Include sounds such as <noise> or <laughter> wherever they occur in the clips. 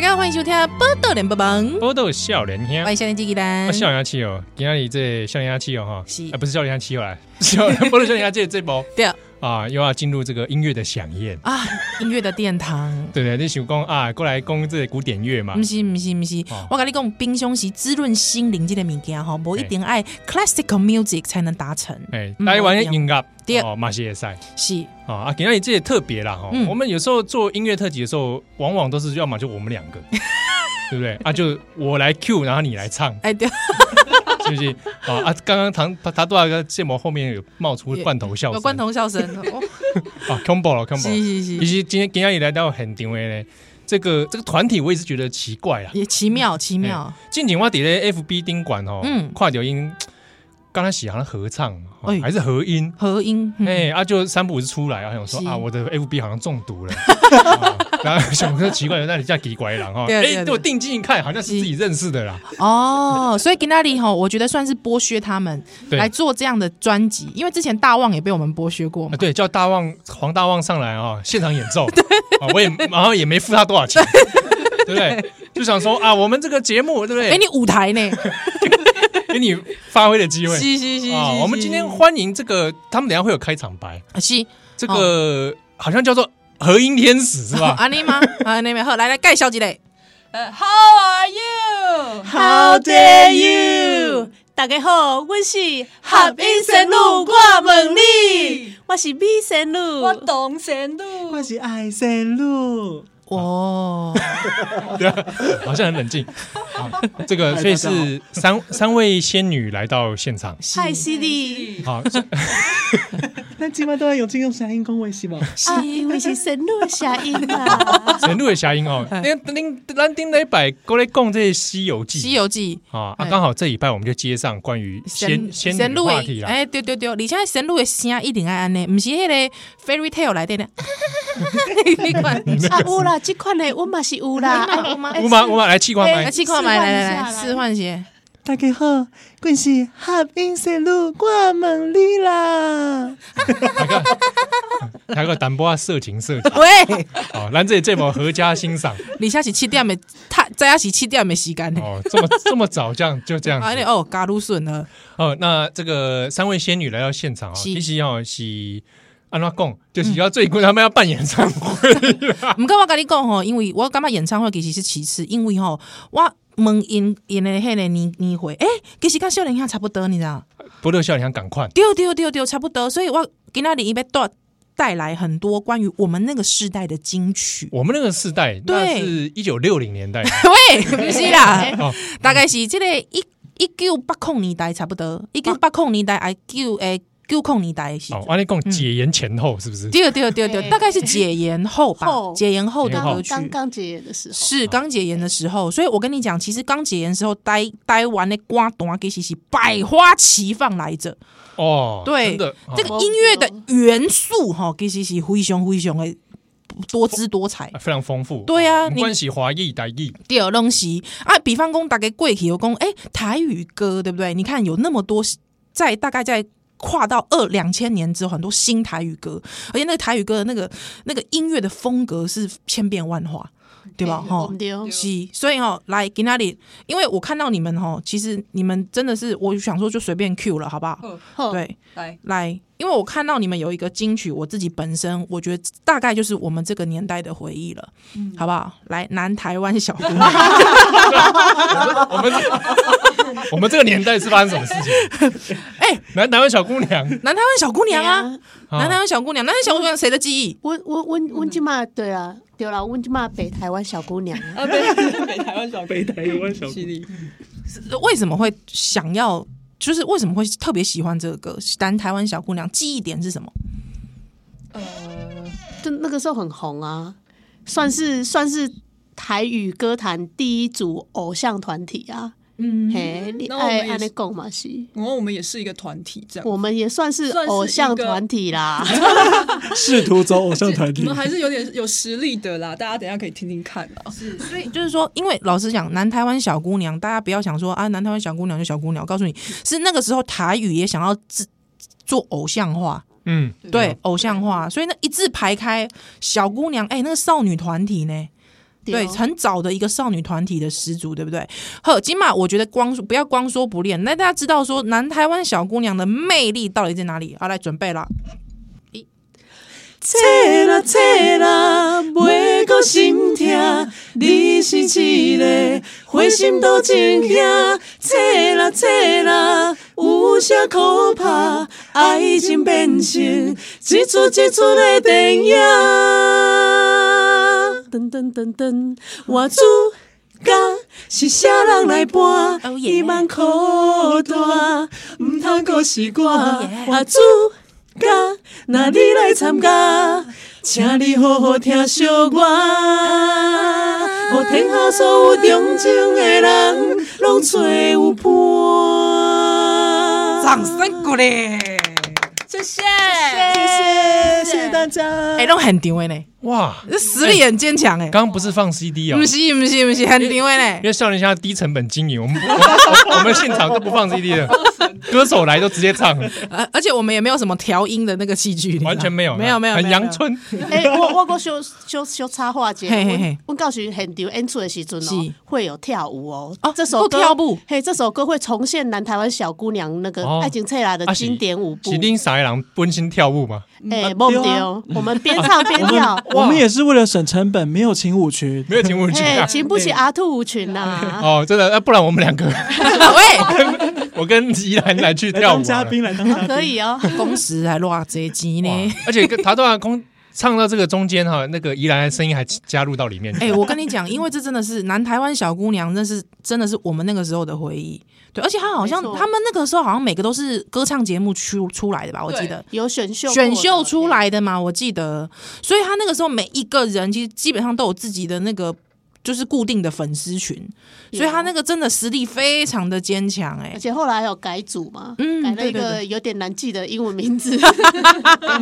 家欢迎收听《波豆连帮忙》，波豆笑脸兄欢，迎收听《吉吉蛋啊，》。笑脸气哦，今天这笑脸气哦哈，是啊，不是笑脸气哦啦， <laughs> 笑脸波豆笑脸这这波对啊，啊，又要进入这个音乐的响宴，音乐的殿堂，对不对？你想讲啊，过来攻这古典乐嘛不，是不是不是哦，我跟你讲，冰箱是滋润心灵这个物件哈，无一嘿定爱 classical music 才能达成。哎，嗯台湾不的一样音乐对哦，马戏赛是，啊，啊，今天这也特别啦哈嗯，我们有时候做音乐特辑的时候，往往都是要么就我们两 <laughs> 个。对不对啊？就我来 Q，然后你来 <laughs> 唱，哎对，是不是？啊啊！刚刚唐他他多少个建模后面有冒出罐头笑有声，关同笑 <laughs> 声，哦啊，combo 了，combo 了是是是，其实今天今天也来到很定位呢，这个这个团体我也是觉得奇怪啦。也奇妙哎奇妙。近景我底咧 FB 丁管哦，嗯嗯，跨流音，刚才写好像合唱、哦哎还是合音，合音，嗯哎、啊就三不五时出来啊，想说是啊我的 FB 好像中 <laughs> 毒了，啊然后想说奇怪，那你这样奇怪了哈，对啊对啊哎、对啊我定睛一看，好像是自己认识的啦，哦，所以 g i n a r i 哈，我觉得算是剥削他们对来做这样的专辑，因为之前大旺也被我们剥削过啊嘛。对，叫大旺黄大旺上来啊、哦，现场演 <laughs> 奏，啊我也然后也没付他多少钱，对不对？就想说啊，我们这个节目对不对？哎，你舞台 <laughs> 呢？给你发挥的机会。是是是啊、是我们今天欢迎这个，他们等一下会有开场白，是这个、哦好像叫做和音天使是 <laughs> 吧？安妮吗？啊安妮没好，来来介绍一下。呃，How are you？ How dare you！大家好，我是合音仙女我问你，我是美仙女，我董贤路，是爱仙女。哦， <laughs> 好像很冷静。啊、这个所以哎是三三位仙女来到 <laughs> 现场，嗨，犀利，好，咱今晚都要用这种声音讲话是无？是啊因为是仙女的声音 <laughs> 啊。神鹿的霞 <laughs> 音哦，哎您您咱丁来摆过来供这些《西游《记》西游记啊啊，哎刚好这礼拜我们就接上关于》仙仙女的话题的啦。哎，对对对，而且神鹿的声一定爱安尼，不是迄个 fairy tale 来的呢。 <laughs> 你看， <laughs> 啊，有啦，这款的我嘛是有啦。啊我马我马来气罐来麦，哎试看麦，来来来，试换鞋。，大家好，我是合音线路我问你啦。还有个淡薄仔色情色情喂，好，咱这这么合家欣赏而且是七点的，他再是七点的时间呢。哦，这么这么早这样就这样子啊，你哦，加入顺了，哦，那这个三位仙女来到现场啊、是其实哦是安拉贡，就是要最贵，他们要办演唱会嗯啦。毋过我甲你讲吼，因为我感觉演唱会其实是其次，因为吼我问因因的迄个年年会，诶、其实甲少年兄差不多，你知道？不乐笑脸赶快对对对对，差不多。所以我今仔日伊要带带来很多关于我们那个世代的金 <laughs> 曲。我们那个世代，对那是一九六零 <laughs> 年代喂，不是 <laughs> 啦，哦，大概是即个一一九八零年代差不多，一九八零年代还九诶九零年代的时候哦，安利贡解严前后是不是？嗯对对对对，大概是解严后吧，哎后解严后的解严后歌曲。啊刚刚结业的时候，是刚解严的时候，所以我跟你讲，其实刚解严的时候，呆呆完的瓜懂啊，给洗洗，百花齐放来着。哦，对真的，哦这个音乐的元素哈，给洗洗，灰熊灰熊的多姿多彩。非常丰富。对啊我们你关系华裔、台裔，第二东西啊，比方讲大概贵体有讲，哎、台语歌对不对？你看有那么多，在大概在。跨到二两千年之后，很多新台语歌，而且那个台语歌的那个那个音乐的风格是千变万化，对吧？哈、对，是，所以哦，来给那里，因为我看到你们哦，其实你们真的是，我想说就随便 Q 了，好不好？好，对，来，来，因为我看到你们有一个金曲，我自己本身我觉得大概就是我们这个年代的回忆了，好不好？来，南台湾小姑娘，我们这我们这个年代是 <laughs> 发生什么事情？ <laughs> 哎，南台湾小姑娘，南台湾小姑娘啊，对啊，啊南台湾小姑娘，南台湾小姑娘谁的记忆？我我我我今嘛对啦，对啦，我今嘛北台湾小姑娘啊， <laughs> 啊，北北台湾小北台湾小犀利，为什么会想要？就是为什么会特别喜欢这个歌？南台湾小姑娘记忆点是什么？呃，就那个时候很红啊，算是算是台语歌坛第一组偶像团体啊。嗯嘿，你那我们爱也安尼是讲嘛是，然后我们也是一个团体这样，我们也算是算是偶像一个团 <laughs> 体啦。试图走偶像团体我们，还是有点有实力的啦，大家等一下可以听听看啦。所以就是说，因为老实讲，南台湾小姑娘，大家不要想说啊，南台湾小姑娘就小姑娘。我告诉你，是那个时候台语也想要自做偶像化，嗯，对，偶像化，所以那一字排开，小姑娘，哎、那个少女团体呢，对，对哦很早的一个少女团体的始祖，对不对？呵，金马，我觉得光不要光说不练，那大家知道说南台湾小姑娘的魅力到底在哪里？好，来准备啦！切啦切啦，袂阁心痛，你是一个花心都真兄。切啦切啦，有啥可怕？爱情变成一出一出的电影。噔噔噔噔，我主角是啥人来扮？ Oh yeah 希望苦大，毋通阁是我。 yeah 我主角，若你来参加，请你好好听惜我。互天下所有忠情的人，拢找有伴。掌声鼓励，谢谢。谢谢谢谢大家。哎、欸，都很定位呢，哇，这实力很坚强哎。刚刚不是放 CD 哦不，是不是不是，很定位因呢。为少年家低成本经营，我们不 <laughs> 我我我们现场都不放 CD <laughs> 的，歌手来都直接唱，而而且我们也没有什么调音的那个器具，你知道吗完全没有，啊没有没有，很没有阳。春。 <laughs> 哎、我我过修修修插画节，嘿嘿嘿我我告诉你，很丢演出的时阵哦是，会有跳舞哦。哦这首歌有跳舞，嘿，这首歌会重现南台湾小姑娘那个哦爱情翠拉的啊是经典舞步是。恁傻狼温馨跳舞嘛？哎、啊梦对啊丢，我们边唱边跳。我们也是为了省成本，没有请舞群。没有请舞曲嘿，啊？请不起阿兔舞群啊呐、哦，真的，那不然我们 <laughs> 两个，喂，我跟宜兰来去来跳舞哎啊好当嘉了宾，来当嘉宾，可以 <laughs> 哦。工时还落这集呢哇。而且跟塔多亚空唱到这个中间哈，那个宜兰的声音还加入到里面去。 <laughs> 哎、我跟你讲，因为这真的是南台湾小姑娘，那是真的是我们那个时候的回忆。对，而且她好像没错他们那个时候好像每个都是歌唱节目出出来的吧，我记得。有选秀过的，选秀出来的嘛，我记得，所以她那个时候每一个人其实基本上都有自己的那个就是固定的粉丝群，所以她那个真的实力非常的坚强哎而。且后来还有改组嘛，嗯改了一对对个有点难记的英文名字，叫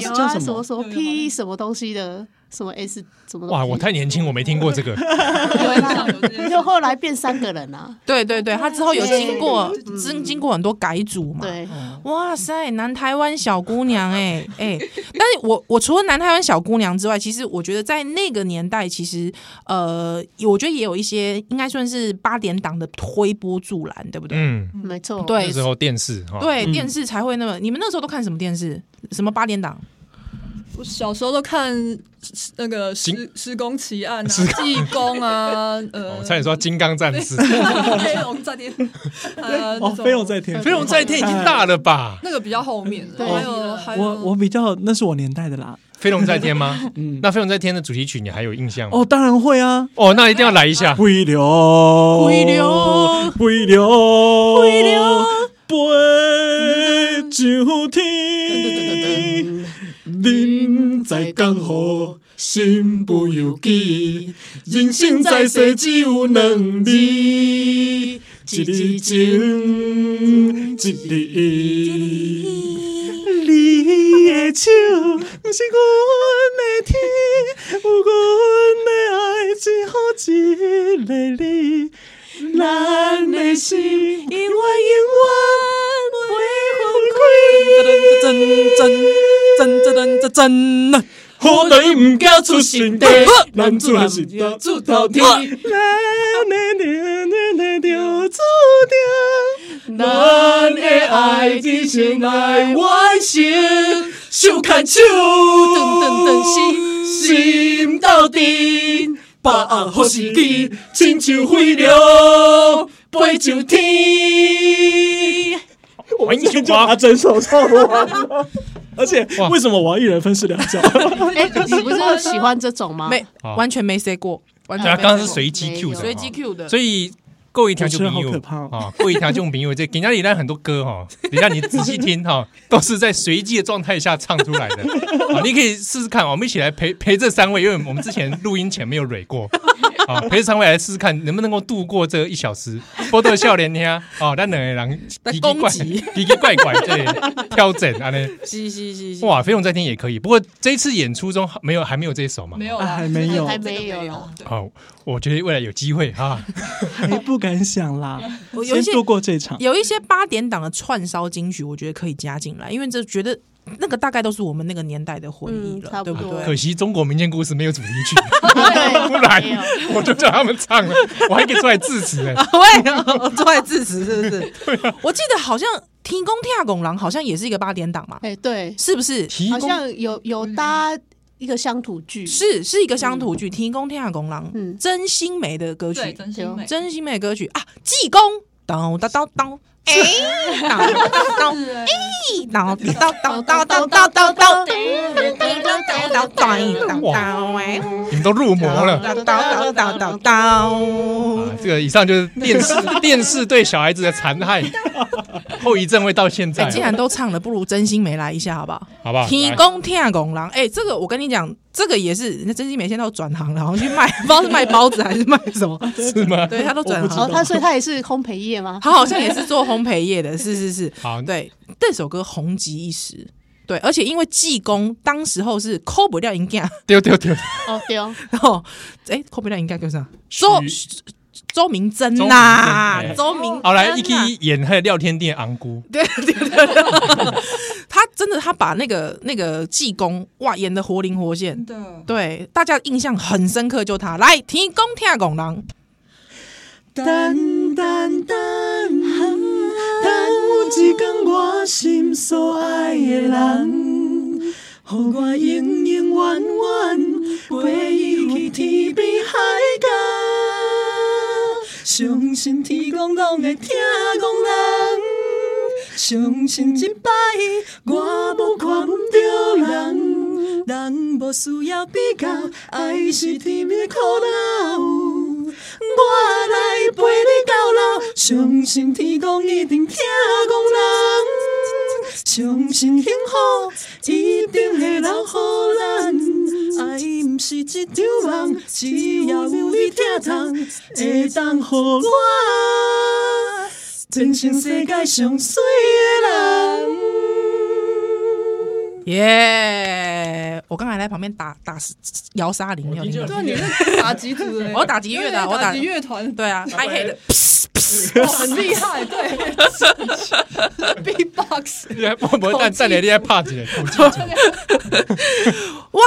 有叫啊什什么么？什么 P 什么东西的，什么 S 什么东西哇，我太年轻，我没听过 <laughs> 这个。对啦有这件事就后来变三个人啊，对对对，她之后有经过对对经经过很多改组嘛， <laughs> 嗯对，哇塞，南台湾小姑娘哎、 <laughs> 哎、但是我我除了南台湾小姑娘之外，其实我觉得在那个年代，其实呃，我觉得也有一些应该算是八点档的推波助澜，对不对？嗯，没错，那对时候电视哈，对，嗯电视才会那么。你们那时候都看什么电视？什么八点档？我小时候都看那个《施施工奇案》施啊，《济公》啊，哦呃， <laughs> 差点说《金刚战士》， <laughs> 飞龙在天，呃，哦，那种飞龙在天，飞龙在天已经大了吧？那个比较后面的，嗯对还有还有我我比较那是我年代的啦。飞龙在天吗？嗯，那飞龙在天的主题曲你还有印象吗？哦，当然会啊。哦，那一定要来一下。飞流，飞流，飞流，飞流，飞上天。人在江湖，身不由己。人生在世只有两字，一字情，一字义。你的手，是阮的天，有阮的爱，只好一个你。咱的心，永远永远袂分开。真真真真真的好女唔敢出神地，男主人是大主头天。咱的娘娘就注定，咱的爱只先来完成，手牵手，噔噔噔心。心斗阵，把握好时机，亲像飞流飞上天。我们今天就把整首唱完了， <laughs> 而且哇为什么我要一人分饰两 <laughs> 角？哎，你不是喜欢这种吗？没好完全没 say 过，完全啊对没啊，say 刚哎刚是过随机 Q 的，啊随机 Q 的，所以过一条就朋哦主持人好友可怕哦啊，过一条就朋友。这人家里那很多歌哈，人家你仔细听哈， <laughs> 都是在随机的状态下唱出 <laughs> 来的。啊，你可以试试看，我们一起来陪陪这三位，因为我们之前录音前没有蕊过。啊，陪这三位来试试看，能不能够度过这一小时？波多笑脸听啊，哦，咱两个人在奇奇攻怪击奇奇怪怪对 <laughs> 调整啊呢。是是是是，哇，飞龙在天也可以，不过这一次演出中没有还没有这一首嘛？没有啊啊，还没有这还个没没有有啦，对好，我觉得未来有机会哈。还不敢想啦，哦我有一先些度过这场。有一些八点档的串烧金曲，我觉得可以加进来，因为这觉得那个大概都是我们那个年代的回忆嗯了，差不对不多可对？惜中国民间故事没有主题曲，对 <laughs> 不然没有我就叫他们唱了，我还可以出来致辞哎。喂，我出来致辞是不是？我记得好像《天公跳拱狼》好像也是一个八点档嘛，哎，对，是不是？提好供像有有搭一个乡土剧，是是一个乡土剧《天公跳拱狼》，嗯真心梅的歌对，曲，真心美，真心梅的歌曲啊，济公。当当当当，哎，当当当，是哎当当当当当当当当，当当当，哎，你们都入魔了。当当当当当。啊，这个以上就是电视电视对小孩子的残害，后遗症会到现在哎、哦，既然都唱了，不如真心没来一下好不好？好不好？天哦来公听拱狼，哎、这个我跟你讲，这个也是，人家真心没现在都转行了，好像去卖，不知道是卖包子还是卖什么，是吗？对他都转哦，行，他所以他也是烘焙业吗？他好像也是做烘焙业的，是是是，好，对，这首歌红极一时。对，而且因为济公当时候是扣不掉银价，丢丢丢， <laughs> 哦，对 <laughs> 哦，然后哎，扣不掉银价就是啥？周周明珍周明珍呐哎，周明好来珍一呐起演还有廖天定的昂姑，他真的他把那个那个济公哇演的活灵活现真，的。对大家印象很深刻，就他来提供听拱狼，啊等等等，等有一天我心所爱的人，予我永永远远陪伊去天边海角。相信天公拢会疼憨人，相信这摆我无看唔着人，人无需要比较，爱是甜蜜的苦恼。我来陪你到老，相信天公一定疼憨人，相信幸福一定会留予咱。爱毋是一场梦，只要有你疼痛，会当予我变成世界上水的人。耶！我刚才在旁边打打摇沙铃，你有听我听见到了对啊，你是打击组 <laughs> 的，我打击乐的对我打打击乐团，对啊，I hate，哇， <laughs> 很厉害， <laughs> 对，B-box，你还不不但但你你还怕起来，口技哇，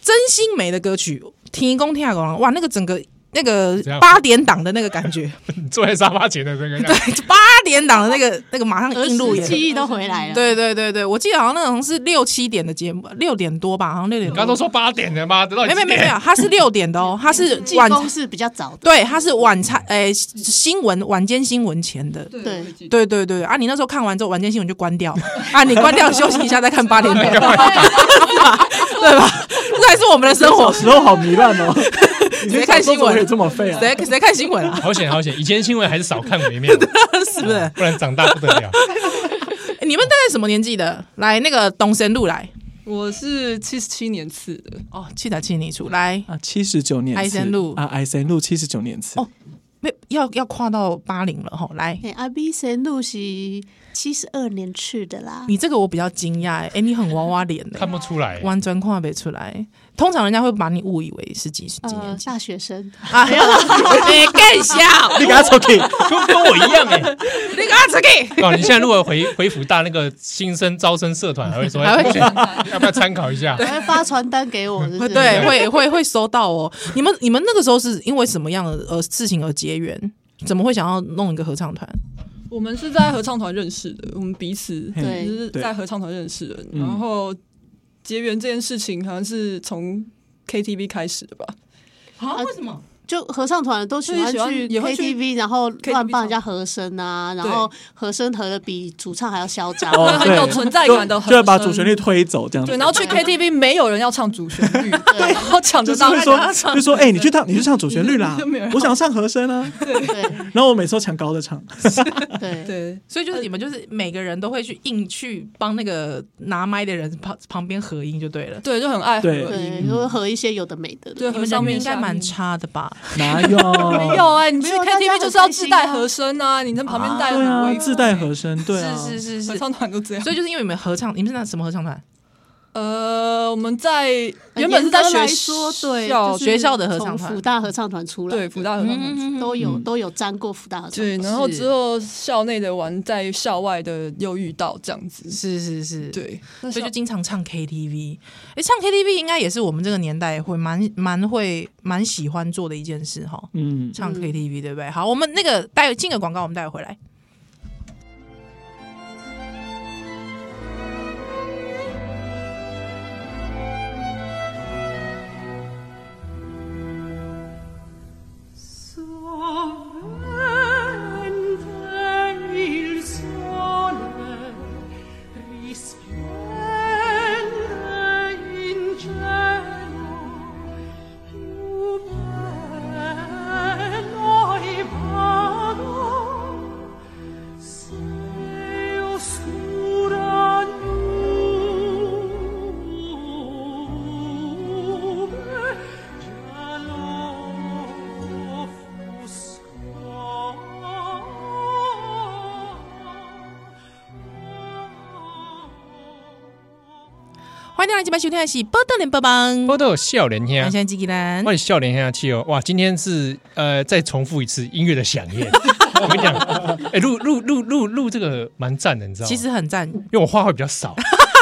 真心美的歌曲，提供听拱狼，哇，那个整个那个怎样八点档的那个感 <laughs> 觉，你坐在沙发前的这个样子，八点档的那个那个马上儿映入眼时。记忆都回来了。，对对对对，我记得好像那个好像是六七点的节目，六点多吧，好像六点你多。刚刚都说八点的吗？等到没你没几没点没有，，他是六点的哦，他是 <laughs> 济晚公是比较早的，对，他是晚餐诶、新闻晚间新闻前的。对我记得对对对啊！你那时候看完之后，晚间新闻就关掉嘛 <laughs> 啊！你关掉休息一下，再看八点档，对吧？ <laughs> 对吧？这才是我们的生活 <laughs> 小。时候好糜烂哦，你谁看新闻小时候怎么可以这么废啊？谁谁看新闻啊？ <laughs> 好险好险，以前新闻还是少看为妙，是不是？不然长大不得了。你们大概什么年纪的？来，那个东神路来我是七十七年次的，哦，七打七你出来啊，七十九年次哀山路啊，哀山路七十九年次哦没要要跨到八零了吼，来。哎，阿 B 神路是七十二年去的啦。你这个我比较惊讶哎，诶你很娃娃脸的、看不出来，完全看不出来。通常人家会把你误以为是几十几呃年，级大学生，啊， <laughs> 你更小，你给他出去，跟跟我一样哎。 <laughs> 你给我出去。哦，你现在如果回回福大那个新生招生社团，还会说 <laughs> 哎还会要不要参考一下？还会发传单给我，是不是？呃对，会会会收到哦。你们你们那个时候是因为什么样的呃事情而结缘？怎么会想要弄一个合唱团？我们是在合唱团认识的，我们彼此对就是在合唱团认识的，嗯然后结缘这件事情好像是从 KTV 开始的吧？啊为什么？就合唱团都喜欢所以喜欢去也会去 KTV，然后乱 KTV 帮人家和声啊，然后和声和的比主唱还要嚣张。哦 <laughs> 很有存在感的就就会把和主声旋律推走这样子对，。然后去 KTV 没有人要唱主旋律，对，然后抢就着是会大说家，就说，哎，你去唱，你去唱主旋律啦就没有人，要我想唱和声啊。对然后我每次都抢高的唱，对对对，所以就是你们就是每个人都会去硬去帮那个拿麦的人旁旁边合音就对了。对，就很爱合对哦对，音，就会和一些有的没的。呃对，你和们上人缘面应该下蛮面。差的吧？哪有？没有哎、你去没有大家 KTV 很就是要开自心带啊和声啊，你在旁边带对啊，很自带和声，对啊，是是是合是。唱团都这样所。以就是因为你们合唱，你们是那什么合唱团？呃，我们在原本是呃严格在学来说，对，校就是学校的合唱团从福大合唱团出来，对福大合唱团。嗯都有都有沾过福大合唱对，团。然后是之后校内的玩，在校外的又遇到这样子，是是是，。对，那所以校就经常唱 KTV，哎、唱 KTV 应该也是我们这个年代会蛮蛮会蛮喜欢做的一件事哈，嗯，唱 KTV 对不对？好，我们那个待会进个广告，我们待会回来。 Sovente il sole risplende in cielo più bello e vago se oscura nube già lo offusca 欢迎大家今晚收听的是《波特连波邦》，波豆笑脸我兄现，在吉吉兰我。是笑脸下去哦，哇，今天是呃再重复一次音乐的响应。 <laughs> 我跟你讲，哎，录录录录录这个蛮赞的，你知道吗？其实很赞，因为我话会比较 <laughs> 少，啊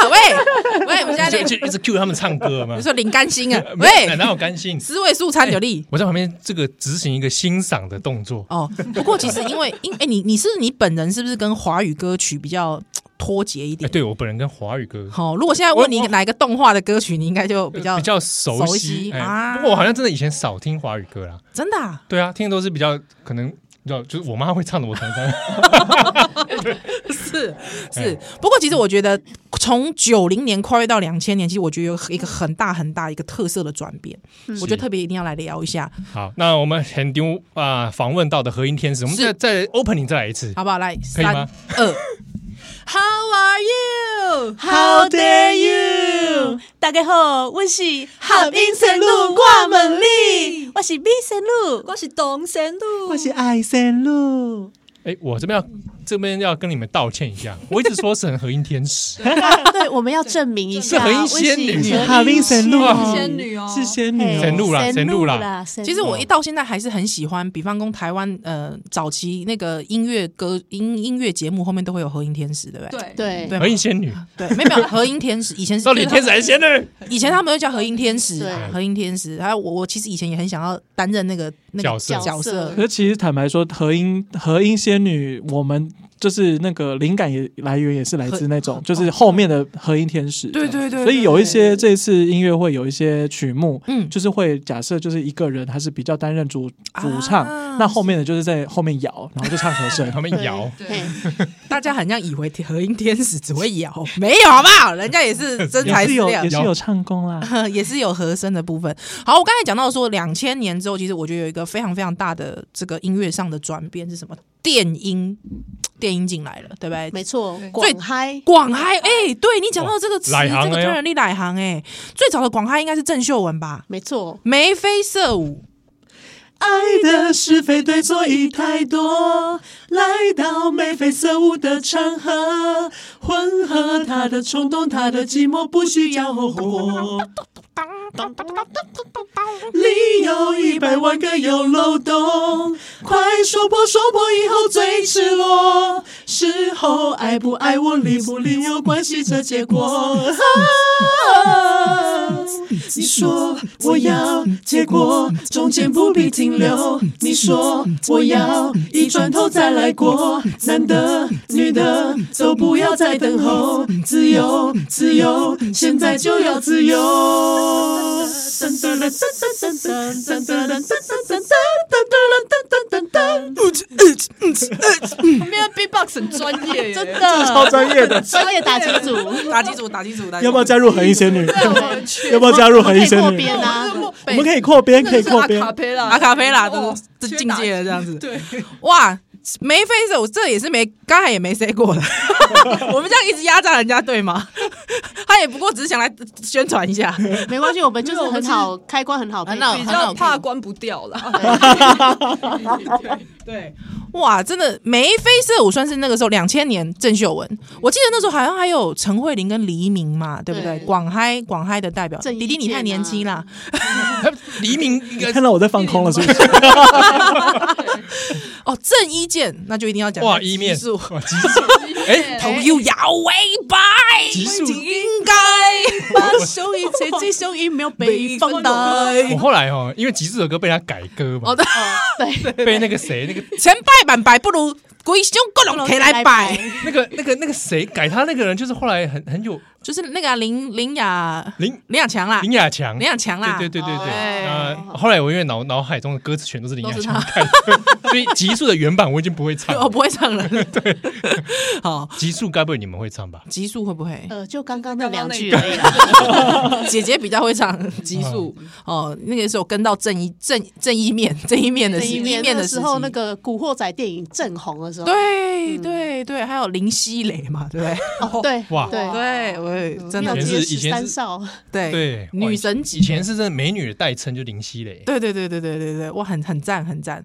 喂喂，我们现在就在就一直 cue 他们唱歌嘛，你。说林甘心啊 <laughs> 嗯喂，哪有甘心？十位素餐有力。我在旁边这个执行一个欣赏的动作，哦，不过其实因为 <laughs> 因哎、你你是你本人是不是跟华语歌曲比较脱节一哎，点？对我本人跟华语歌好、如果现在问你我我哪一个动画的歌曲，你应该就比较比较熟熟悉悉哎。啊不过我好像真的以前少听华语歌啦，真的、啊、对啊，听的都是比较可能，你知道，就是我妈会唱的，我常常 <laughs> 是哎是。不过其实我觉得从九零年跨越到两千年，其实我觉得有一个很大很大一个特色的转变，嗯我觉得特别一定要来聊一下，好。那我们很丢啊，访问到的和音天使，我们是再再 opening 再来一次，好不好？来，可以三吗？二，How are you？ How dare you！大家好，我是合音神路挂门里，我是 B 神 <laughs> 路，我是东山路，我是爱神路，哎，我这边要这边要跟你们道歉一下，我一直 <laughs> 说是很和音天 <laughs> 使，对，我们要证明一是下，合音我是仙女合音哈林神路是仙女哦是仙嘿女神路啦神路啦啦。神其实嗯路我一到现在还是很喜欢，比方说台湾呃早期那个音乐歌音音乐节目后面都会有和音天使，对不对？对对对和音仙女，对对，没有没有和音天使，以前是到底天使还是 <laughs> 仙女？以前他们会叫和音天使对，和音天使。还有我我其实以前也很想要担任那个那个角色角色可，是其实坦白说，和音和音仙女，我们就是那个灵感也来源也是来自那种，就是后面的和音天使。对对对，所以有一些这次音乐会有一些曲目，嗯就是会假设就是一个人他是比较担任主啊主唱，那后面的就是在后面摇，然后就唱和 <laughs> 声。他们对摇，嘿大家很像以为和音天使只会摇，没有好不好？人家也是真也材是实有料也，是有唱功啦， <laughs> 也是有和声的部分。好，我刚才讲到说，两千年之后，其实我觉得有一个非常非常大的这个音乐上的转变是什么？电音，电音进来了，对不对？没错，最广嗨，广嗨，哎、对你讲到这个词，哇奶行这个哎呦 turn 力奶行、哎，最早的广嗨应该是郑秀文吧？没错，眉飞色舞， <laughs> <laughs> 爱的是非对错已太多，来到眉飞色舞的场合，混合他的冲动，他的寂寞，不需要后悔。理由一百万个有漏洞，快说破说破以后最赤裸。事后爱不爱我，理不理有关系这结果。啊你说我要结果，中间不必停留。你说我要一转头再来过，男的女的都不要再等候，自由自由，现在就要自由。噔噔噔噔噔噔噔噔噔噔噔噔噔噔噔噔噔噔噔。旁边的 B-box 很专业耶， <laughs> 真的超专业的，专业打击组，打击组，打击组，打击要不要组。加入恒一仙女？我去 <laughs> 要不要加入我恒们一可以仙扩女？编啊， <laughs> 我们可以扩编，可以扩那编是。阿卡贝拉，阿卡贝拉的哦这缺境打界了这样子对，哇，眉飞色舞，这也是没刚才也没 say 过的， <laughs> 我们这样一直压榨人家对吗？ <laughs> 他也不过只是想来宣传一下，没关系，我们就是很好，开关很好配，很好比很好较看怕关不掉啦。对，对，哇，真的眉飞色舞，算是那个时候两千年郑秀文。我记得那时候好像还有陈慧琳跟黎明嘛，对不对？对广嗨广嗨的代表，郑伊弟弟你健太年啊轻啦。黎明应该看到我在放空了，是不是？哦，郑伊健，那就一定要讲哇他一面极速哇极速，哎，头要摇尾摆，极速应 <laughs> 该把雄鹰谁最雄鹰没有被放大？我后来哦，因为极致的歌被他改歌哦嘛，对，被那个谁，那个成败满摆不如鬼兄各龙可以来摆，那个那个那个谁改他那个人，就是后来很很有就是那个啊林林雅林林雅强啦，林雅强，啊林雅强啦，对对对对对，哎呃，后来我因为脑脑海中的歌词全都是林雅都是强他哦改的，所以极速的原版我已经不 <laughs> 会唱了。我不会唱了。对，好，极速该不会你们会唱吧？极速会不会？呃，就刚刚那两句而已啦。姐姐比较会唱极速哦，那个时候跟到正一正正一面正一面的时一一面面的的时候，期那个《古惑仔》电影正红的时候，对对对，还有林熙蕾嘛，对不对？哦对哇对对，我也真的妙以前计是以十前三是少，对对，哇女神级以前是真的美女的代称，就林熙蕾。对对对对对对对，哇，很很赞很赞。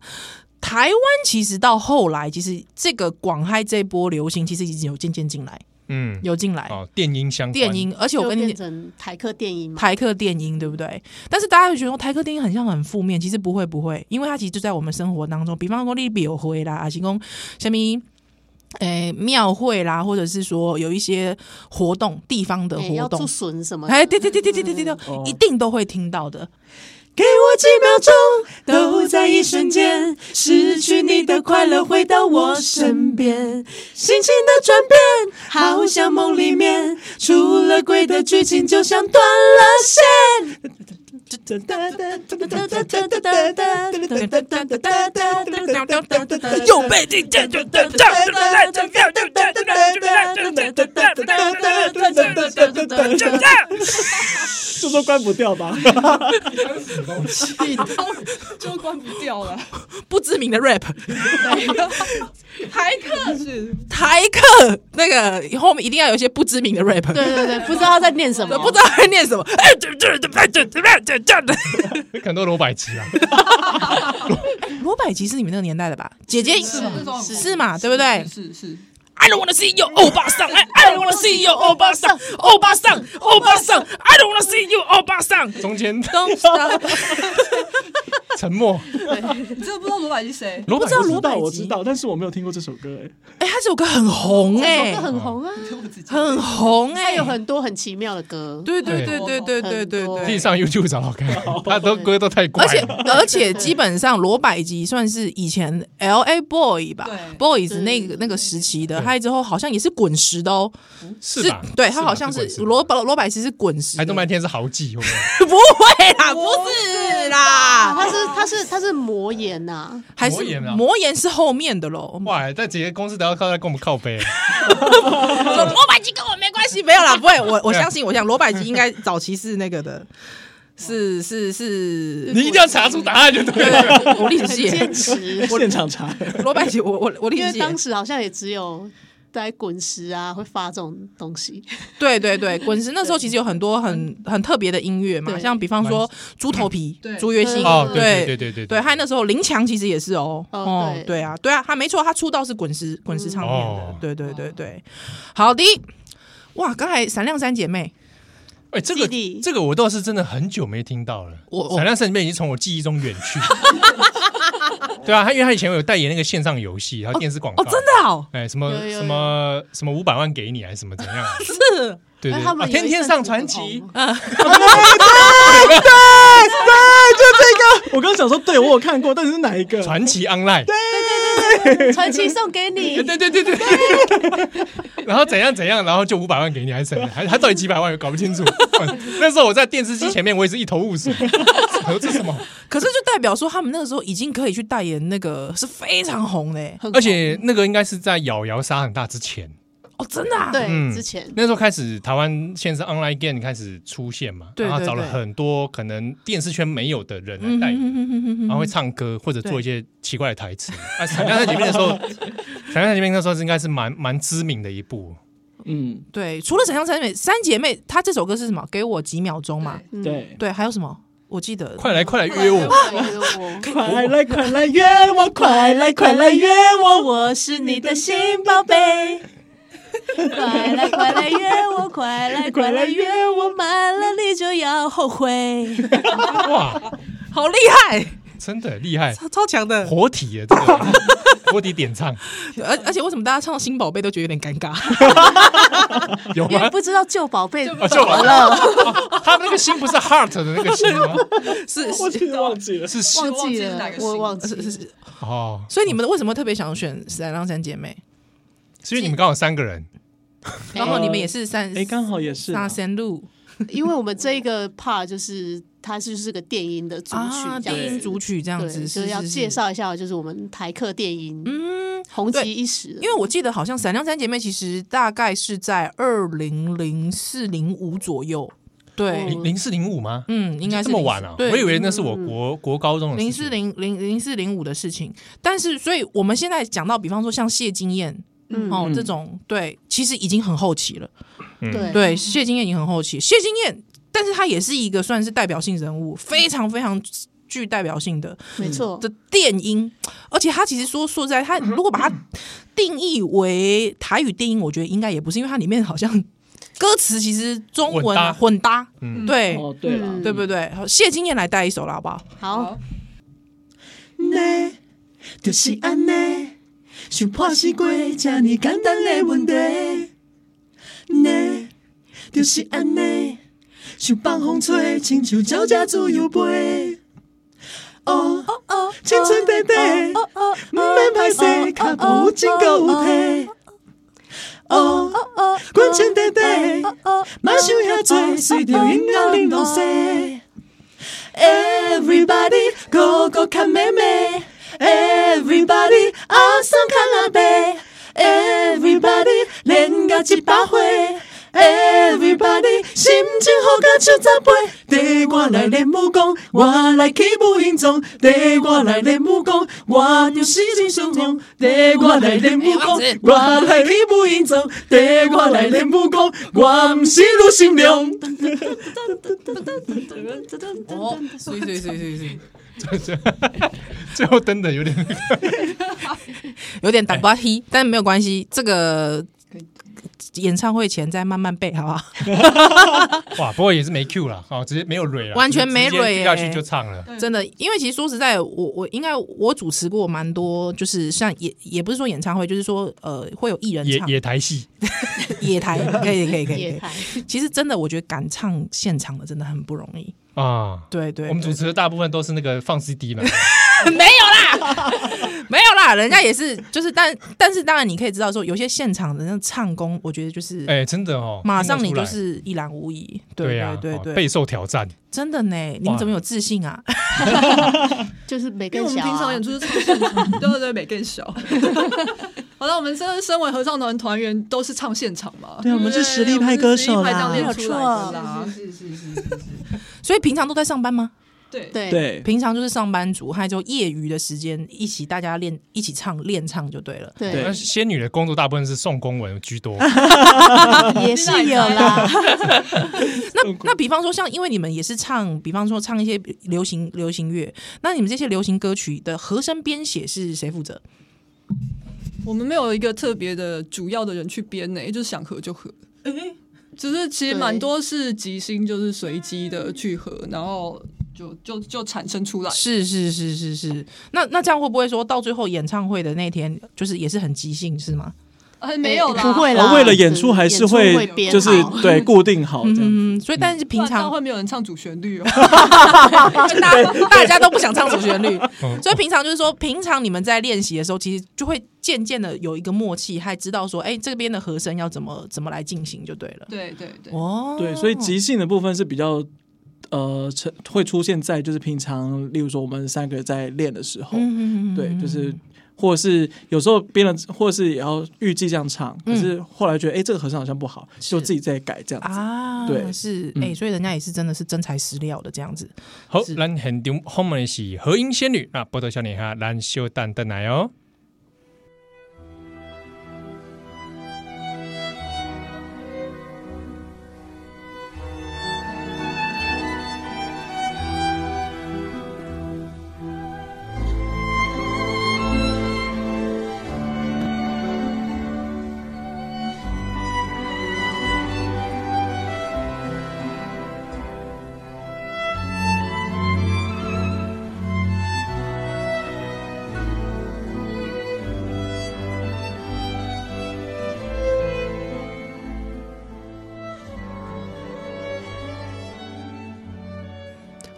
台湾其实到后来，其实这个广嗨这波流行，其实已经有渐渐进来，嗯，有进来、哦，电音相关电 <laughs> 音，而且我就跟你变讲成台客电影嘛。台客电音，对不对？但是大家会觉得说台客电音很像很负面，其实不会不会，因为它其实就在我们生活当中，比方说你庙会啦，还是讲什么。诶，庙会啦，或者是说有一些活动，地方的哎活要动做，笋什么的？哎，对对对对对对对对，哦一定都会听到的。给我几秒钟，都在一瞬间，失去你的快乐回到我身边，心情的转变，好像梦里面，出了轨的剧情就像断了线。又被你这就这这就说关不掉吧。就关不掉了。不知名的 rap 台客是台客那个后面一定要有一些不知名的 rap，对对对，不知道他在念什么，不知道在念什么。哎，这这这这这这这很多罗百吉 <laughs> 啊，罗百吉是你们那个年代的吧？姐姐是是是嘛？对不对是是， ？I don't wanna see you，欧巴桑。I don't wanna see you，欧巴桑。欧巴桑，欧巴桑。I don't wanna see you，欧巴桑。中间 Don't stop。沉默。你真的不知道罗百吉谁？罗不百知道罗我知道百我知吉，道，但是我没有听过这首歌，哎，哎，他这首歌很红哎，很红啊，很红哎，有很多很奇妙的歌。对对对对对对对对对。可以上 YouTube 找找看，他的歌都太怪哦而且了。而且基本上罗百吉算是以前 L A Boy 吧对，Boys 那个那个时期的，对他之后好像也是滚石的哦，是吧？对他好像是吧是罗，百罗百吉是滚石的，还动半天是豪记，有没 <laughs> 有不会 <laughs> 啦，不是啊，哦啦，他是他是他是魔岩 <laughs> 呐，还魔是岩啊魔岩是后面的喽，哇！但姐姐公司都要靠他跟我们靠 <laughs> 背，说뭐罗百吉跟我没关系，没有啦，不会， <laughs> 我我相信，我想罗百吉应该早期是那 <laughs> 个的，是是是，你一定要查出答案就对了。我历史系坚耶持，现场查。罗百吉，我我我历因史为系耶当时好像也只有。在滚石啊，会发这种东西，对对对，滚石那时候其实有很多很很特别的音乐嘛，对像比方说猪头皮对、朱约信，哦，对对对对对对，还有那时候林强其实也是哦，哦哦，对对啊，对啊，他没错，他出道是滚石滚石唱片哦的，对对对对，好的，哇，刚才闪亮三姐妹，哎，这个 CD 这个我倒是真的很久没听到了。我我闪亮神里面已经从我记忆中 <laughs> 远去。对啊，他因为他以前有代言那个线上游戏，还有电视广告，哦，真的哦，哎，什么有有有什么什么五百万给你，还是什么 <laughs> 怎样？是对哎对，他们有啊一阵天天子上很传奇啊红，我刚想说，对我有看过，但是是哪一个？传奇 online，传奇送给你，对对对对对， <laughs> 然后怎样怎样，然后就五百万给你，还是怎 <laughs> 么样还还到底几百万，搞不清楚。 <laughs> 那时候我在电视机前面，我也是一头 <laughs> 雾水，我说这什么？可是就代表说他们那个时候已经可以去代言那个是非常红的耶，欸很而且那个应该是在咬瑶杀很大之前，哦，真的啊，对嗯之前那时候开始台湾线上 online game 开始出现嘛，对然后对找了对很多可能电视圈没有的人来嗯代哼言。哼哼哼哼然后哼会唱歌或者做一些奇怪的 <laughs> 台词。啊，《闪亮在前面》的时候， <laughs> 《闪亮在前面》那时候是应该是蛮蛮知名的一部，嗯，对，除了闪亮三姐妹，三姐妹她这首歌是什么？给我几秒钟嘛，嗯对，对，还有什么？我记得快来快来 <laughs> 约我！快来约我，快来快来约我，快来快来约我，我是你的新宝贝。快来快来约我，快来快来约我，满了你就要 <laughs> 后悔。哇，好厉害，真的厉害，超超强的。活体耶，这个活体 <laughs> 点唱而而且为什么大家唱新宝贝都觉得有点尴尬？ <laughs> 有因为吗？不知道旧宝贝啊，就完了。啊 <laughs> 他们那个心不是 heart 的那个心吗？ <laughs> 是我是真的忘记了。是心忘忘记记是了哪个，我星忘记是了。是，哦，所以你们为什么特别想选《十三郎三姐妹是因为你们刚好三个人，》？然后你们也是三哎，刚好也是啊三三路因为我们这一个 part 就是它就是个电音的组曲啊，，这样电音子组曲这样对，子，就是是要是是介绍一下，就是我们台客电音，嗯，红对极一时因的，为我记得好像《闪亮三姐妹》其实大概是在二零零四零五左右，哦对，零零四零五吗？嗯嗯，应该是这么04晚啊？对，嗯我以为那是我国国高中的零事四情零零零四零五的事情。但是，所以我们现在讲到，比方说像谢金燕。嗯哦，嗯这种对，其实已经很后期了。对对，谢金燕已经很后期。谢金燕，但是她也是一个算是代表性人物，非常非常具代表性的。没错，的电音，而且它其实说说实 <laughs> 在，它如果把它定义为台语电音，我觉得应该也不是，因为它里面好像歌词其实中文啊混搭，嗯对、哦，对了，对不对？好，谢金燕来带一首了，好不 <laughs> 好？好，呢，就是安尼，想破西过这么简单的问题。呢，就是安尼，想放风吹，亲像鸟只自由飞。哦哦哦，青春短短，唔免歹势，脚步真够有体。哦哦哦，阮情短短，莫想遐多，随着音乐恁拢西。Everybody go go 看妹妹，Everybody 阿松看阿伯，Everybody 练到一百岁，Everybody 心情好到手十倍。跟我来练武功，我来起舞形状，跟我来练武功，我就是真上风。跟我来练武功，我来起舞形状，跟我来练武功，我不是女心凉。哦，所以所以所以所以所以 <laughs> 最后登的有点有点打不踢，但没有关系，这个演唱会前再慢慢背，好不好？哇，不过也是没 Q 了，哦，直接没有蕊了，完全没蕊直接掉下欸去就唱嗯了。真的，因为其实说实在，我我应该我主持过蛮多，就是像也也不是说演唱会，就是说呃会有艺人野唱野台戏，野台， <laughs> 可以可以可以可野以。台，其实真的，我觉得敢唱现场的真的很不容易。啊，对对我们主持的大部分都是那个放 CD <laughs> 嘛，对没有啦，没有啦，人家也是，就是但但是当然你可以知道说，有些现场的那种唱功，我觉得就是、哎，真的哦，马上你听得就出来是一览无遗。对对呀，对对哦备受挑战，真的呢，你们怎么有自信啊？ <laughs> 就是每因为根我们小平常啊演，出是超现场， <laughs> 对对对，每更 <laughs> 小。好了，我们真的身为合唱团团员，都是唱现场嘛。对我们是实力派歌手啦我们是实力派这样练出来的啦。所以平常都在上班吗？对，对，对，平常就是上班族，还有就业余的时间一起大家练，一起唱练唱就对了。对那仙女的工作大部分是送公文 <laughs> 居多，也是有啦，那那比方说，像因为你们也是唱，比方说唱一些流行流行乐，那你们这些流行歌曲的和声编写是谁负责？我们没有一个特别的主要的人去编呢、就是想合就合。只是其实蛮多是即兴，就是随机的去合，然后就就就产生出来。是是是是是，那那这样会不会说到最后演唱会的那天，就是也是很即兴是吗？哎，没有啦，不会然啦。后哦为了演出还是演出会会编就是好对固定好这样。嗯，所以但是不平然这样常会没有人唱主 <laughs> 旋律哦。大 <laughs> 大家都不想唱主旋律，所以平常就是说，平常你们在练习的时候，其实就会渐渐的有一个默契，还知道说，哎，这边的和声要怎么怎么来进行就对了。对对对，哦，对，所以即兴的部分是比较呃成会出现在就是平常，例如说我们三个在练的时候，嗯嗯嗯嗯对，就是或者是有时候编了，或者是也要预计这样唱，可是后来觉得哎、诶这个和声好像不好，就自己再改这样子。嗯啊，对是嗯哎、所以人家也是真的是真材实料的这样子。好，是咱很丢后面的是和音仙女啊，波多小女孩，咱稍等等来哦。 「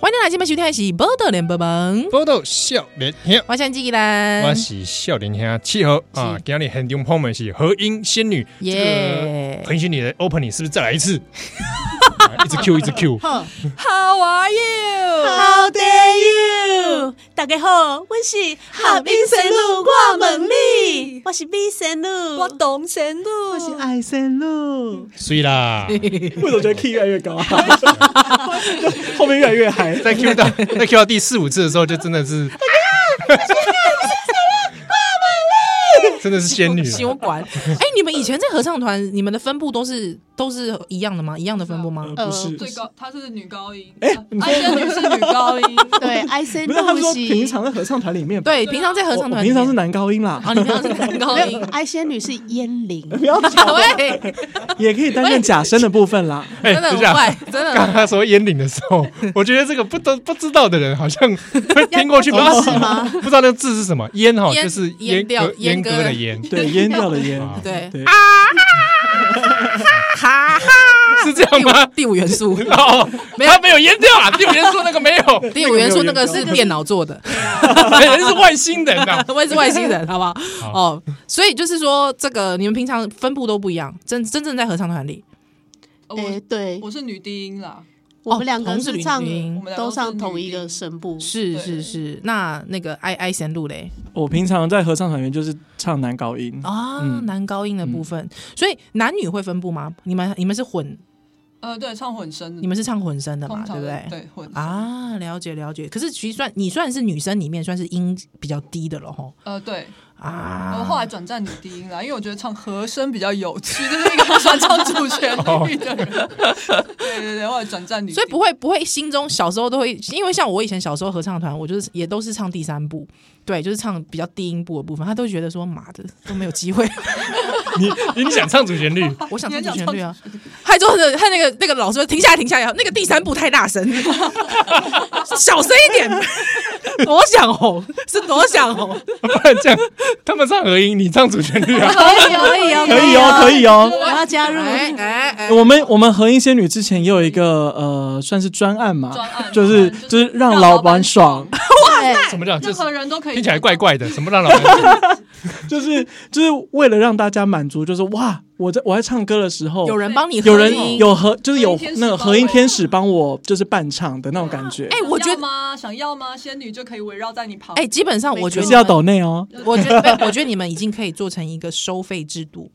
欢迎来今晚收听的是《波多连波邦》，报道笑脸兄，我想纪兰，我是笑脸兄七号啊，今天很牛朋友们是和音仙女，耶彭仙女的 opening 是不是再来一次？啊一直 Q 一直 Q， How are you？ How dare you！大家好，我是哈冰神路我问你，我是米神路，我懂神路，爱 <laughs> 神路。所啦，为什么觉得 key 越来越高啊？后面越来越嗨，在 Q 到在 Q 到第四五次的时候，就真的是，真的是仙女啊，修管。哎，你们以前在合唱团，你们的分布都是都是一样的吗？一样的分布吗？呃不是，最高她是女高音，哎啊安贞女是女 <laughs> 高音，哎对，I C 不是他们说露平西，常在合唱团里面，对，平常在合我，唱我团里平面，常是男高音 <laughs> 啦，哦，你平常是男高没音有。，I 仙女是烟龄，不要吵，喂，也可以担任假声的部分啦。哎，真的很等一下坏，真的刚很。刚他说烟领的时候，我觉得这个不都不知道的人好像会听过去，不知道是吗？不知道那个字是什么，烟哈烟就是烟阉掉割阉阉割割的烟，对，淹掉了烟，啊 <laughs> 对对，哈哈，是这样第吗五？第五元素，哦， <laughs> 没有他没有淹掉啊，第五元素那 <laughs> 个没有，第五元素那个那是电脑做的，人是外星人呐。我也是外星人，好不好？哦，所以就是说，这个你们平常分布都不一样，真真正在合唱团里，呃哎，我对，我是女低音啦，我们两哦个同是是女唱音我们两个都上是同女一低个音声部，是对是是。那那个 I I 弦路嘞我平常在合唱团里面就是唱男高音，啊，嗯男高音的部分，所以男女会分布吗？你们你们是混，呃，对，唱混声的，你们是唱混声的嘛，通对常不对？对混声，啊，了解了解。可是其实算你算是女生里面算是音比较低的了吼呃，对，啊。我后来转战女低音啦，因为我觉得唱和声比较有趣，就是一个喜欢唱主旋律的人。对对对，后来转战女低音，所以不会不会，心中小时候都会，因为像我以前小时候合唱团，我就是也都是唱第三部，对，就是唱比较低音部的部分，他都觉得说妈的都没有机会，你你想唱主旋律， <laughs> <laughs> 我想唱你很主想旋唱律 <laughs> 啊，还就是他那个那个老师说停下来停下来，那个第三部太大 <laughs> 声，小声一点， <laughs> 多想红是多想红，不然这样他们唱和音，你唱主旋律啊？ <laughs> 可 <laughs> 以可以可以哦，啊可以哦。我要加入。 <laughs> 哎哎哎，我们我们和音仙女之前也有一个呃，算是专案嘛专案， <laughs> 就是专案就是就是让让老老板板爽，什么叫就任是何人都可以听起来怪怪的？什么让 <laughs> 老人 <laughs> 就是就是为了让大家满足，就是哇，我在我在唱歌的时候，有人帮你有合人音有和就是有和音天使那个帮和音我天使帮我就是伴唱的那种感觉，哎、想要我觉得吗？想要吗？仙女就可以围绕在你旁。哎、基本上我觉就得是要你们抖内哦，我觉得，我觉得你们已经可以做成一个收费制度。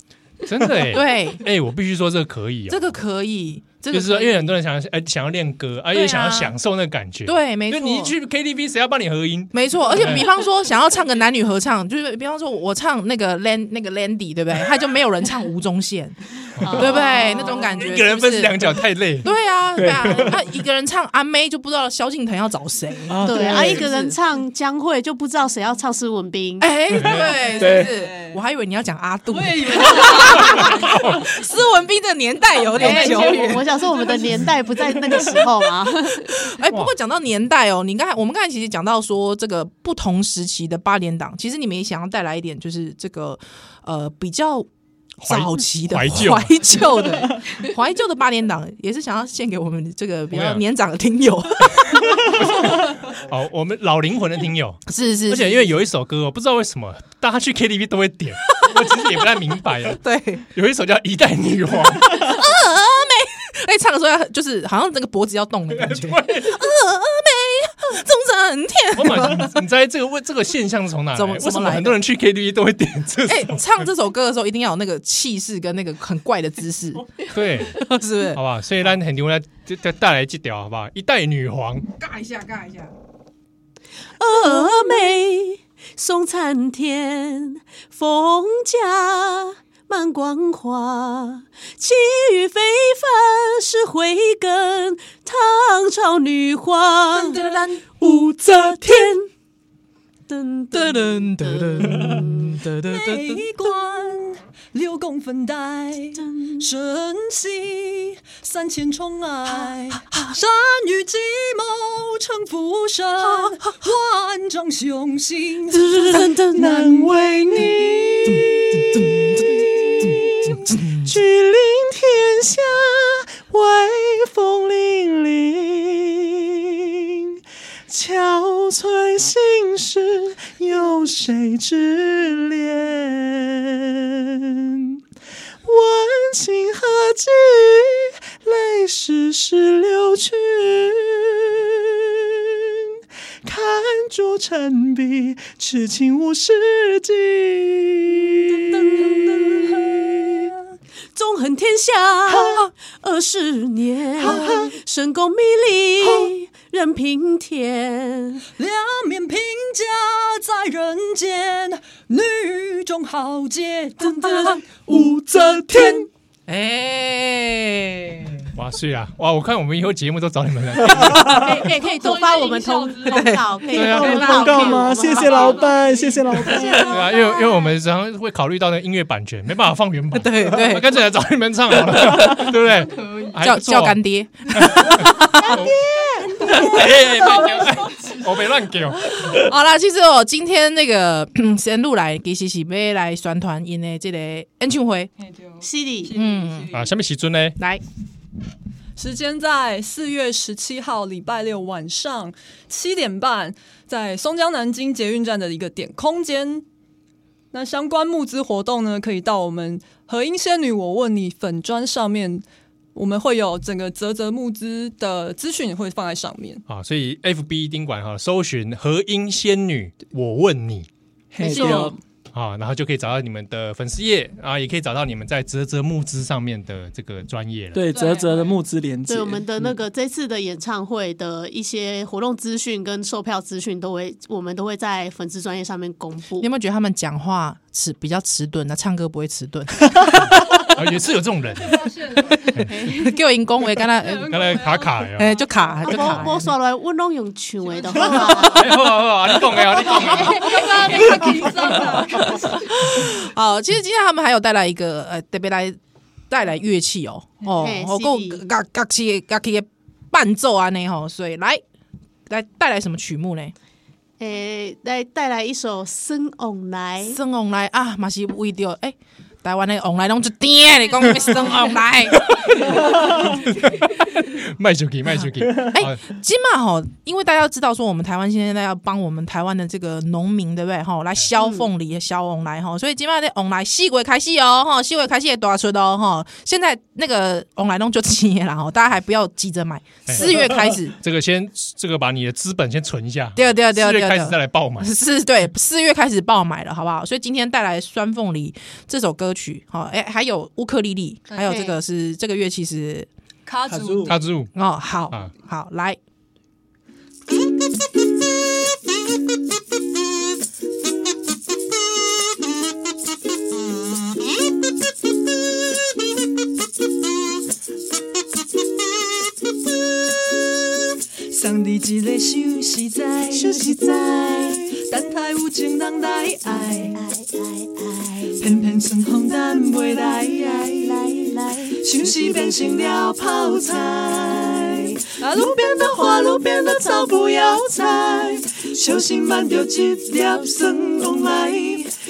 真的哎，对，哎，我必须说这个可以这啊。个可以，这个就是说，可以因为很多人想要哎想要练歌，而对且啊想要享受那个感觉。，对，没就错，你一去 KTV，谁要帮你合音？没错。而且对比方说，想要唱个男女合唱， <laughs> 就是比方说我唱那个 Land 那个 Landy，对不 <laughs> 对？他就没有人唱吴宗宪，对不对？那种感觉，一个人分是饰不两是。角 <laughs> 太累。对啊，对啊，他一个人唱阿妹就不知道萧敬腾要找谁。啊对啊，一个是人唱江蕙就不知道谁要唱施文斌，哎，对，是不是？我还以为你要讲阿杜，我也以为斯文斌的年代有点久远。哎我想说，我们的年代不在那个时候啊嘛。哎，不过讲到年代哦，你刚才我们刚才其实讲到说这个不同时期的八点档，其实你们也想要带来一点，就是这个呃比较怀早期的怀旧怀旧 <laughs> 的怀旧的八点档，也是想要献给我们这个比我较想年长的听 <laughs> 友。好，我们老灵魂的听友，是是，而且是因为有一首歌，我不知道为什么大家去 KTV 都会点，我其实也不太明 <laughs> 白哦。对，哎，有一首叫《一代女王》，哎唱的时候要就是好像那个脖子要动的 <laughs> 感觉，峨眉纵然天。我马上你猜这个问这个现象是从哪来？怎么为怎么什来么的很多人去 KTV 都会点这首？哎、唱这首歌的时候一定要有那个气势跟那个很怪的姿 <laughs> 势，是对，不是好？吧，所以咱很牛来就就带来这条，好不好？一代女皇，尬一下，尬一下。峨嗯眉送参天，风甲满光华，气宇非凡是慧根，唐朝女皇武则天。噔噔噔一关六宫粉黛，瞬息三千宠爱，善于计谋成浮生，万丈雄心。噔噔噔，难为你。君临天下，威风凛凛。之恋。温情何惧，泪湿石榴裙。看朱成笔，痴情无世境。纵横天下二十年，深宫迷离任凭天。两面评价在人间，女中豪杰，噔噔，武则天。哎，哇是啊，哇！我看我们以后节目都找你们来，可以可以多发我们通通告，可以对啊多发通告吗？我们谢谢老板，谢谢老板。 <laughs> 对啊，因为因为我们常常会考虑到那个音乐版权，没办法放原版， <laughs> 对那对，干脆来找你们唱好了， <laughs> 对不对？还叫不错叫干爹，哎，我没乱给哦，好啦，其实哦，今天那个 <coughs> 神路来其实是要来宣传因的这个演唱会，犀利，嗯，啊，下面时尊呢？来，时间在四月十七号礼拜六晚上七点半，在松江南京捷运站的一个点空间。那相关募资活动呢，可以到我们和音仙女我问你粉砖上面，我们会有整个泽泽募资的资讯会放在上面。啊，所以 FB 丁管哈，搜寻和音仙女，我问你嘿错对哦啊，然后就可以找到你们的粉丝页啊，也可以找到你们在泽泽募资上面的这个专业了。对，泽泽的募资连接，对我们的那个这次的演唱会的一些活动资讯跟售票资讯，都会我们都会在粉丝专业上面公布你有。没有觉得他们讲话迟比较迟钝，那啊唱歌不会迟钝？ <laughs> 啊，也是有这种人，给我因恭维，刚 <laughs> 才刚才卡卡呀，呃哎就啊卡就卡，我我刷来，我拢用唱的就好啊。哎好啊好啊，你懂哎啊，你懂哎，好，其实今天他们还有带来一个呃，特别来带来乐器哦，哦嘿，哦，够 CD 嘎嘎器嘎器的伴奏啊那吼，所以来来带来什么曲目呢？诶、来带来一首《生往来》，生往来啊，嘛是为着诶。台湾的往来拢一点，你讲 <laughs> 咩生往来？卖手机卖手机，哎，起码吼，因为大家知道说，我们台湾现在要帮我们台湾的这个农民，对不对？吼，来削凤梨、削往来吼，所以今码在往来四月开始哦，吼，四月开始也大出哦，吼。现在那个往来弄就起了吼，大家还不要急着买，哎四月开始，这个先这个把你的资本先存一下，对对对四对月开始再对。来爆满。是对，四月开始爆买了，好不好？所以今天带来《酸凤梨》这首歌曲，好、哎，还有乌克丽丽，还有这个是这个乐器是卡卡组住他之舞哦，好、啊好来，送你一个想实在，休息在，等待有情人来爱，来来偏偏酸风咱袂来。来来，想是变成了泡菜，啊，路边的花，路边的草不要采，小心挽着一粒酸往来。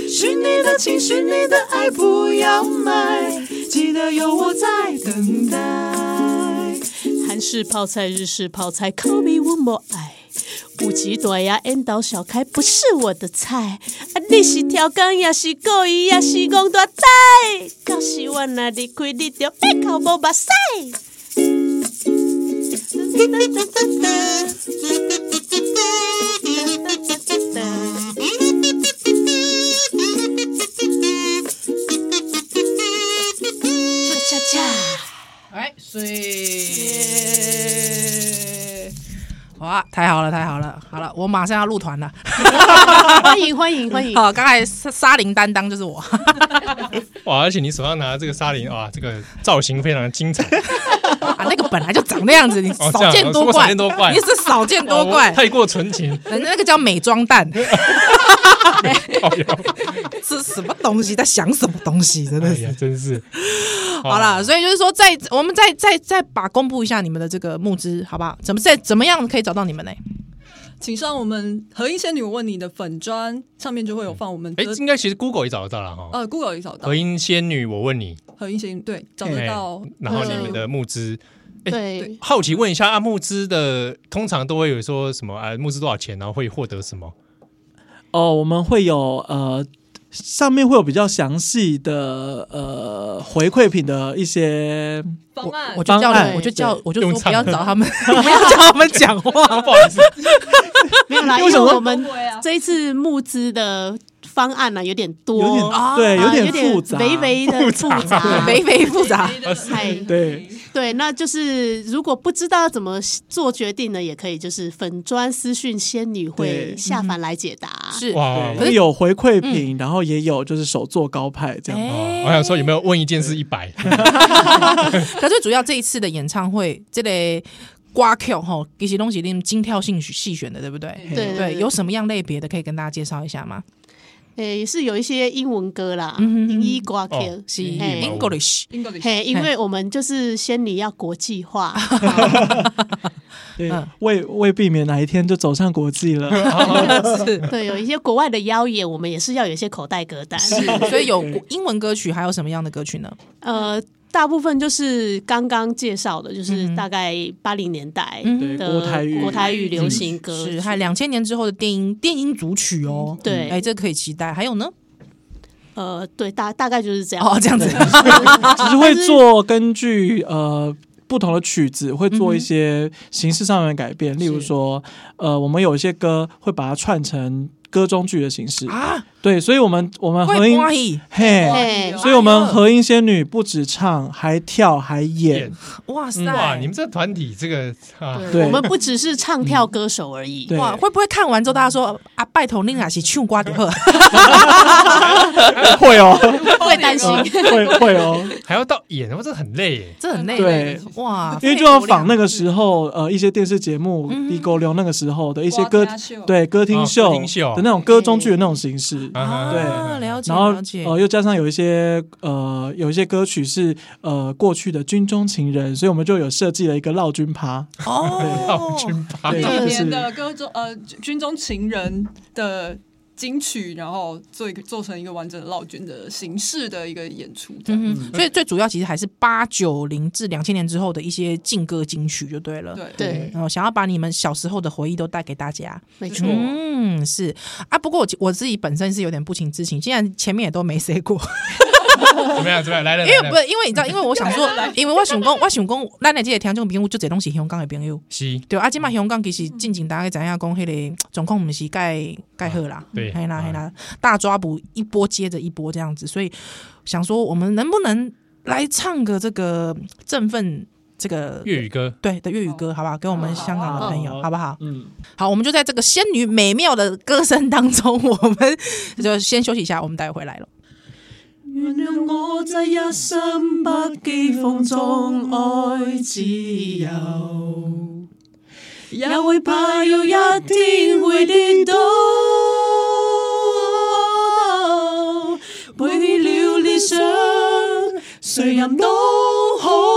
寻你的情，寻你的爱，不要卖，记得有我在等待。韩式泡菜、日式泡菜，Call me one more 爱。有几朵呀，N 岛小开不是我的菜，啊，你是超工，也啊是故意，也是戆大呆，到时我若离开你，就别哭无目屎。恰恰恰。哎来，所哇，太好了，太好了，好了，我马上要入团了。欢迎欢迎欢迎！好，刚才沙沙林担当就是我，哇！而且你手上拿的这个沙林哇，这个造型非常精彩，啊，那个本来就长那样子，你哦这少样见多我少怪，见多怪你是少见多哦怪，太过纯情。人家那个叫美妆蛋，靠腰是什么东西？在想什么东西？真哎的呀是。，真是啊好了，所以就是说，在我们再再再把公布一下你们的这个募资，好不好？怎么再怎么样可以找到你们呢？请上我们何音仙女我问你的粉砖上面就会有放我们哎的，应该其实 Google 也找得到了哈。呃 Google 也找到和音仙女，我问你，何音仙女对找哎得到，然后你们的募资，对，好奇问一下啊，募资的通常都会有说什么啊，募资多少钱，然后会获得什么？哦，我们会有呃，上面会有比较详细的呃回馈品的一些方案我就叫方案人，我就叫，我就用说不唱要的找他们，不要叫他们讲话。不好意思，没有啦，因为什为么我们不会啊这一次募资的方案啊呢、有点多，有点、啊对，啊有点复杂，微微的复杂，啊 <laughs> 眉眉啊复 <laughs> 杂，哎嗨对，对，那就是如果不知道怎么做决定呢，也可以就是粉砖私讯仙女会对下凡来解答。嗯是哇！可会是有回馈品，嗯然后也有就是手做高派这样。哎哦我想说有没有问一件事一百？可最主要这一次的演唱会，这类瓜 Q 哈，一些东西令精挑细选细选的，对不对？对哎对对，对有什么样类别的可以跟大家介绍一下吗？呃，也是有一些英文歌啦，嗯哼英译歌曲哦是嗯英嘿译嘛 <laughs> English， English 嘿，因为我们就是仙女要国际化，对嗯，为为避免哪一天就走上国际了，是，对，有一些国外的妖演，我们也是要有一些口袋歌单。所以有国英文歌曲，还有什么样的歌曲呢？呃，大部分就是刚刚介绍的，就是嗯大概八零年代嗯对的国台语嗯国台语流行歌曲是，还有两千年之后的电音电音组曲哦，对哎，这可以期待。还有呢？呃，对，大大概就是这样。哦，这样子， <laughs> 只是会做根据呃。不同的曲子会做一些形式上面的改变，嗯例如说，呃，我们有一些歌会把它串成歌中剧的形式， <laughs> 啊，对，所以我们我们合会音，关系嘿，嘿所以我们合音仙女不止唱，还跳，还演演，嗯哇塞， <laughs> 哇，你们这团体这个啊，对对我们不只是唱跳歌手而已。对， <laughs> 哇，会不会看完之后大家说啊，拜托你那是唱瓜的喝？会哦，哎会担心。嗯会会哦，还要到演，哇，这很累 <laughs> 耶。这很累，对，哇，因为就要仿那个时候，呃，一些电视节目嗯《地沟流》那个时候的一些瓜歌家秀，对歌厅哦秀歌厅秀的那种歌中剧的那种形式，啊对啊，了解然后了解，呃， <laughs> 又加上有一些呃，有一些歌曲是呃过去的军中情人，所以我们就有设计了一个绕军趴，哦让，军吧，对，历就嗯年是的歌中呃军中情人的金曲，然后做一个做成一个完整的绕军的形式的一个演出。这样嗯哼，所以最主要其实还是八九零至两千年之后的一些劲歌金曲就对了。对 <laughs> 对，然后想要把你们小时候的回忆都带给大家。没错。嗯，是啊。不过我我自己本身是有点不情之请，既然前面也都没 <laughs> say 过，怎么样？怎么样？来了，因为来不了是因为你知道，因为我想说，因为我想讲，我想讲，咱的这个听众朋友就这东西香港的朋友，西对啊，即嗯嘛香港其实进前大家知影讲，迄个状况毋是盖盖好啦，嗯对嘿啦啊嘿啦，大抓捕一波接着一波这样子，所以想说我们能不能来唱个这个振奋这个粤语歌，对的粤语歌，好不好？给我们香港的朋友，哦好啊好不好？嗯，好，我们就在这个仙女美妙的歌声当中，我们就先休息一下，我们待会回来了。原谅我这一生不羁放纵爱自由，也会怕有一天会跌倒。背了理想，谁人都好。